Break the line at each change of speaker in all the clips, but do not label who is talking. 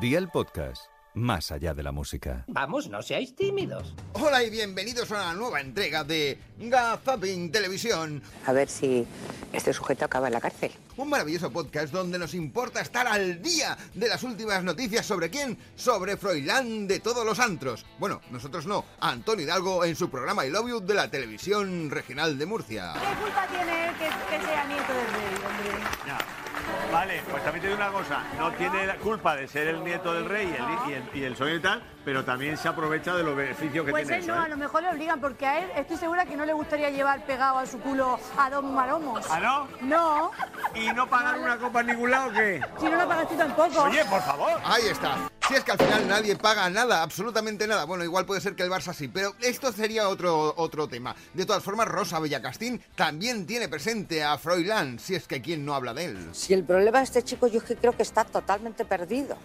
Día el podcast, más allá de la música.
Vamos, no seáis tímidos.
Hola y bienvenidos a la nueva entrega de Gazapin Televisión,
a ver si este sujeto acaba en la cárcel.
un maravilloso podcast donde nos importa estar al día de las últimas noticias sobre quién, sobre Froilán de todos los antros. Bueno, nosotros no, Antonio Hidalgo en su programa I Love You de la televisión regional de Murcia.
¿Qué culpa tiene él que, que sea nieto del rey, hombre?
Ya. Vale, pues también te digo una cosa, no tiene la culpa de ser el nieto del rey y el, y el, y el sobrino y tal, pero también se aprovecha de los beneficios que
Pues
tiene
él
eso,
no, a
¿eh?
lo mejor le obligan, porque a él estoy segura que no le gustaría llevar pegado a su culo a dos maromos.
¿Ah, no?
No,
¿Y no pagar una copa en ningún lado o qué?
si no lo pagas tú tampoco.
Oye, por favor.
Ahí está. Si es que al final nadie paga nada, absolutamente nada. Bueno, igual puede ser que el Barça sí, pero esto sería otro, otro tema. De todas formas, Rosa Bellacastín también tiene presente a Froilán, si es que quien no habla de él.
Si el problema de este chico yo es que creo que está totalmente perdido.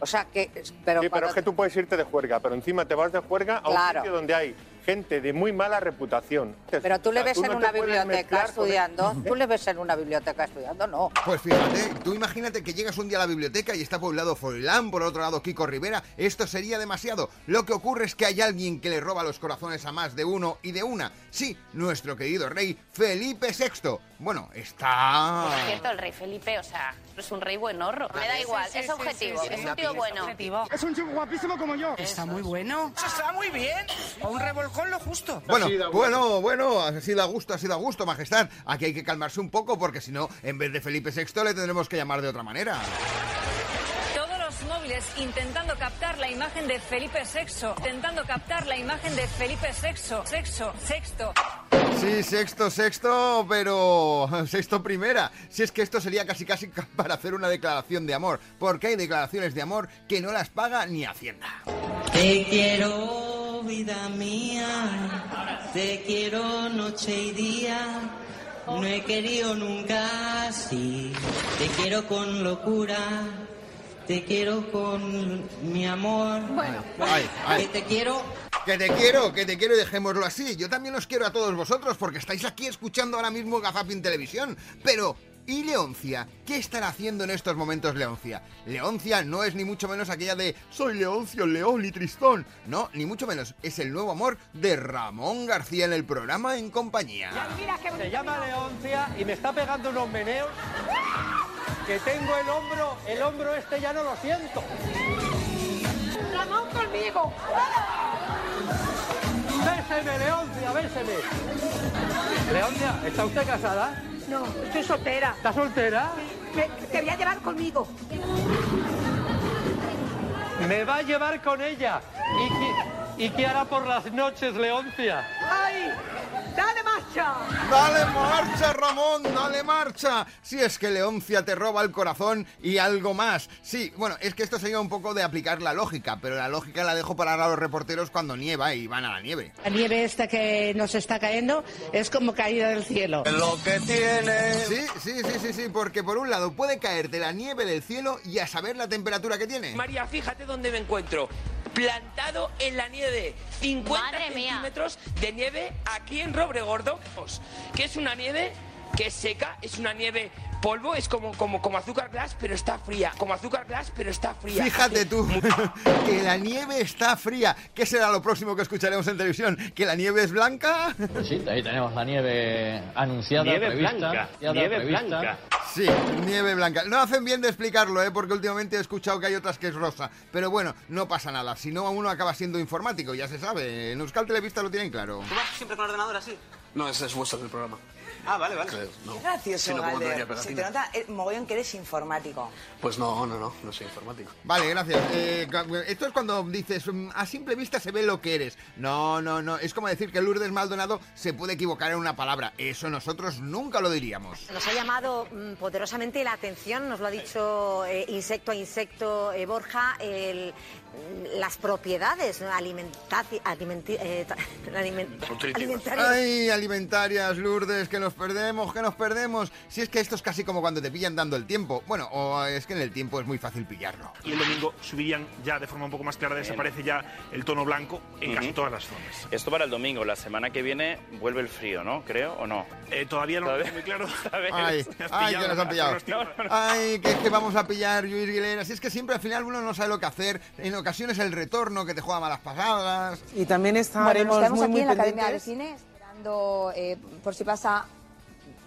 O sea que... Pero
Sí, pero
cuando-
es que tú puedes irte de juerga, pero encima te vas de juerga a
Claro.
un sitio donde hay gente de muy mala reputación.
Pero tú
O
le
sea,
ves en
no
una
te puedes
biblioteca
mezclar con-
estudiando. Tú le ves en una biblioteca estudiando, no.
Pues fíjate, tú imagínate que llegas un día a la biblioteca y está por un lado Froilán, por otro lado Kiko Rivera. Esto sería demasiado. Lo que ocurre es que hay alguien que le roba los corazones a más de uno y de una. Sí, nuestro querido rey Felipe VI. Bueno, está...
Por cierto, el rey Felipe, o sea, es un rey buenorro. Me da igual, es objetivo, es un tío bueno.
Es un chico guapísimo como yo.
Está muy bueno. está muy bien. A un revolcón lo justo.
Bueno, bueno, bueno, ha sido a gusto, ha sido a gusto, majestad. Aquí hay que calmarse un poco porque si no, en vez de Felipe VI le tendremos que llamar de otra manera.
Todos los móviles intentando captar la imagen de Felipe Sexo. Intentando captar la imagen de Felipe Sexo. Sexo. Sexto.
Sí, sexto, sexto, pero sexto primera. Si es que esto sería casi casi ca- para hacer una declaración de amor, porque hay declaraciones de amor que no las paga ni Hacienda.
Te quiero, vida mía. Te quiero noche y día. No he querido nunca así. Te quiero con locura. Te quiero con mi amor.
Ay,
Que
ay.
te quiero
Que te quiero, que te quiero y dejémoslo así. Yo también los quiero a todos vosotros porque estáis aquí escuchando ahora mismo Gazapin Televisión. Pero, ¿y Leoncia? ¿Qué estará haciendo en estos momentos Leoncia? Leoncia no es ni mucho menos aquella de Soy Leoncio, León y Tristón. No, ni mucho menos. Es el nuevo amor de Ramón García en el programa En Compañía.
Mira qué bonito.
llama Leoncia y me está pegando unos meneos que tengo el hombro, el hombro este ya no lo siento.
Ramón conmigo.
Béseme, Leoncia, béseme. Leoncia, ¿está usted casada?
No, estoy soltera.
¿Está soltera?
Me- te voy a llevar conmigo.
Me va a llevar con ella. ¿Y qué, y qué hará por las noches, Leoncia?
¡Ay! ¡Dale marcha!
Dale marcha, Ramón, dale marcha. Si es que Leoncia te roba el corazón y algo más. Sí, bueno, es que esto sería un poco de aplicar la lógica, pero la lógica la dejo para los reporteros cuando nieva y van a la nieve.
La nieve esta que nos está cayendo es como caída del cielo.
Sí, sí, sí, sí, sí, porque por un lado puede caerte la nieve del cielo y a saber la temperatura que tiene.
María, fíjate dónde me encuentro. Plantado en la nieve. 50
Madre mía.
centímetros de nieve aquí en Robregordo. Que es una nieve que es seca, es una nieve polvo, es como, como, como azúcar glass, pero está fría. Como azúcar glass, pero está fría.
Fíjate tú, que la nieve está fría. ¿Qué será lo próximo que escucharemos en televisión? ¿Que la nieve es blanca?
Sí, ahí tenemos la nieve anunciada, nieve Blanca, nieve blanca.
Sí, nieve blanca. No hacen bien de explicarlo, ¿eh? porque últimamente he escuchado que hay otras que es rosa. Pero bueno, no pasa nada. Si no, uno acaba siendo informático, ya se sabe. En Euskal Televista lo tienen claro.
siempre con el ordenador así?
No, ese es vuestro del programa.
Ah, vale, vale.
Si no, ¿cómo Galder. tendría pegatina? Se te
nota eh, mogollón que eres informático.
Pues no, no, no, no soy informático.
Vale, gracias. Eh, ca- esto es cuando dices, mm, a simple vista se ve lo que eres. No, no, no. Es como decir que Lourdes Maldonado se puede equivocar en una palabra. Eso nosotros nunca lo diríamos.
Nos ha llamado mm, poderosamente la atención, nos lo ha dicho eh, insecto a insecto eh, Borja, el- mm, las propiedades ¿no? alimentaci- alimenti- eh, tra- aliment-
Nutritivas.
alimentarias.
Ay, alimentarias, Lourdes, que nos perdemos, que nos perdemos. Si es que esto es casi como cuando te pillan dando el tiempo. Bueno, o es que en el tiempo es muy fácil pillarlo.
Y el domingo subirían ya de forma un poco más clara, desaparece ya el tono blanco en casi
Ujú.
todas las zonas.
Esto para el domingo, la semana que viene vuelve el frío, ¿no? Creo, ¿o no?
Eh, todavía no lo tengo muy claro.
Ay, ay, que nos han pillado. Ay, que es que vamos a pillar, Luis Aguilera. Si es que siempre al final uno no sabe lo que hacer. En ocasiones el retorno que te juega malas pasadas.
Y también
Bueno, nos
estaremos
quedamos
muy,
aquí
muy
en la Academia del
pendientes.
Cine esperando eh, por si pasa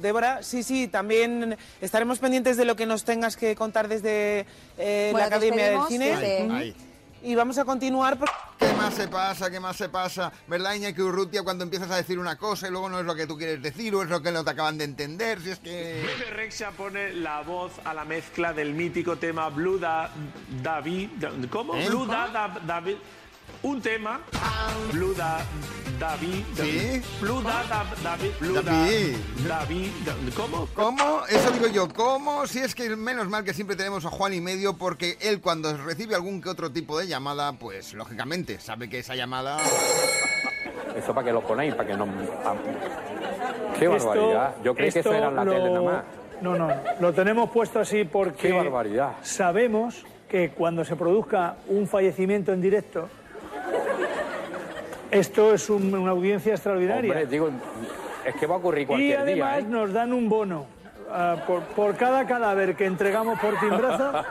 Débora, sí, sí, también estaremos pendientes de lo que nos tengas que contar desde eh,
Bueno,
la Academia del
despedimos
Cine.
este,
desde-
Ujú.
Ahí.
Y vamos a continuar. por-
¿Qué más se pasa? ¿Qué más se pasa? ¿Verdad, Iñaki Urrutia, cuando empiezas a decir una cosa y luego no es lo que tú quieres decir o es lo que no te acaban de entender? Si es que...
Pepe Rexha pone la voz a la mezcla del mítico tema Blue Da- David. ¿Cómo?
¿Eh?
Blue Da- Da- David. Un tema. Blue Da- David.
¿Sí? ¿Ah?
Blue Da- Da- David. Blue Da-
David.
David. ¿Cómo?
¿Cómo? Eso digo yo, ¿cómo? Si es que menos mal que siempre tenemos a Juan y medio porque él cuando recibe algún que otro tipo de llamada, pues lógicamente sabe que esa llamada...
Eso para que lo ponéis, para que no...
Qué barbaridad. Yo creí que eso era en la tele nada más.
No, no, lo tenemos puesto así porque...
Qué barbaridad.
Sabemos que cuando se produzca un fallecimiento en directo, esto es un- una audiencia extraordinaria.
Hombre, digo, es que va a ocurrir
y
cualquier
además
día, ¿eh?
nos dan un bono. Ah, por, por cada cadáver que entregamos por timbraza,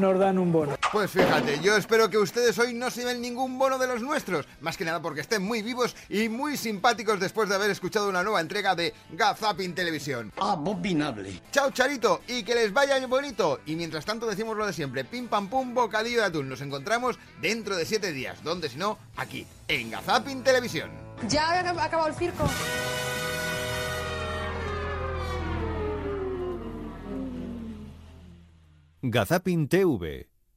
nos dan un bono.
Pues fíjate, yo espero que ustedes hoy no se lleven ningún bono de los nuestros, más que nada porque estén muy vivos y muy simpáticos después de haber escuchado una nueva entrega de Gazapin Televisión. Abominable. Chao Charito y que les vaya bonito. Y mientras tanto decimos lo de siempre, pim pam pum, bocadillo de atún. Nos encontramos dentro de siete días, donde si no, aquí, en Gazapin Televisión.
ya ha acabado el circo.
Gazapin TV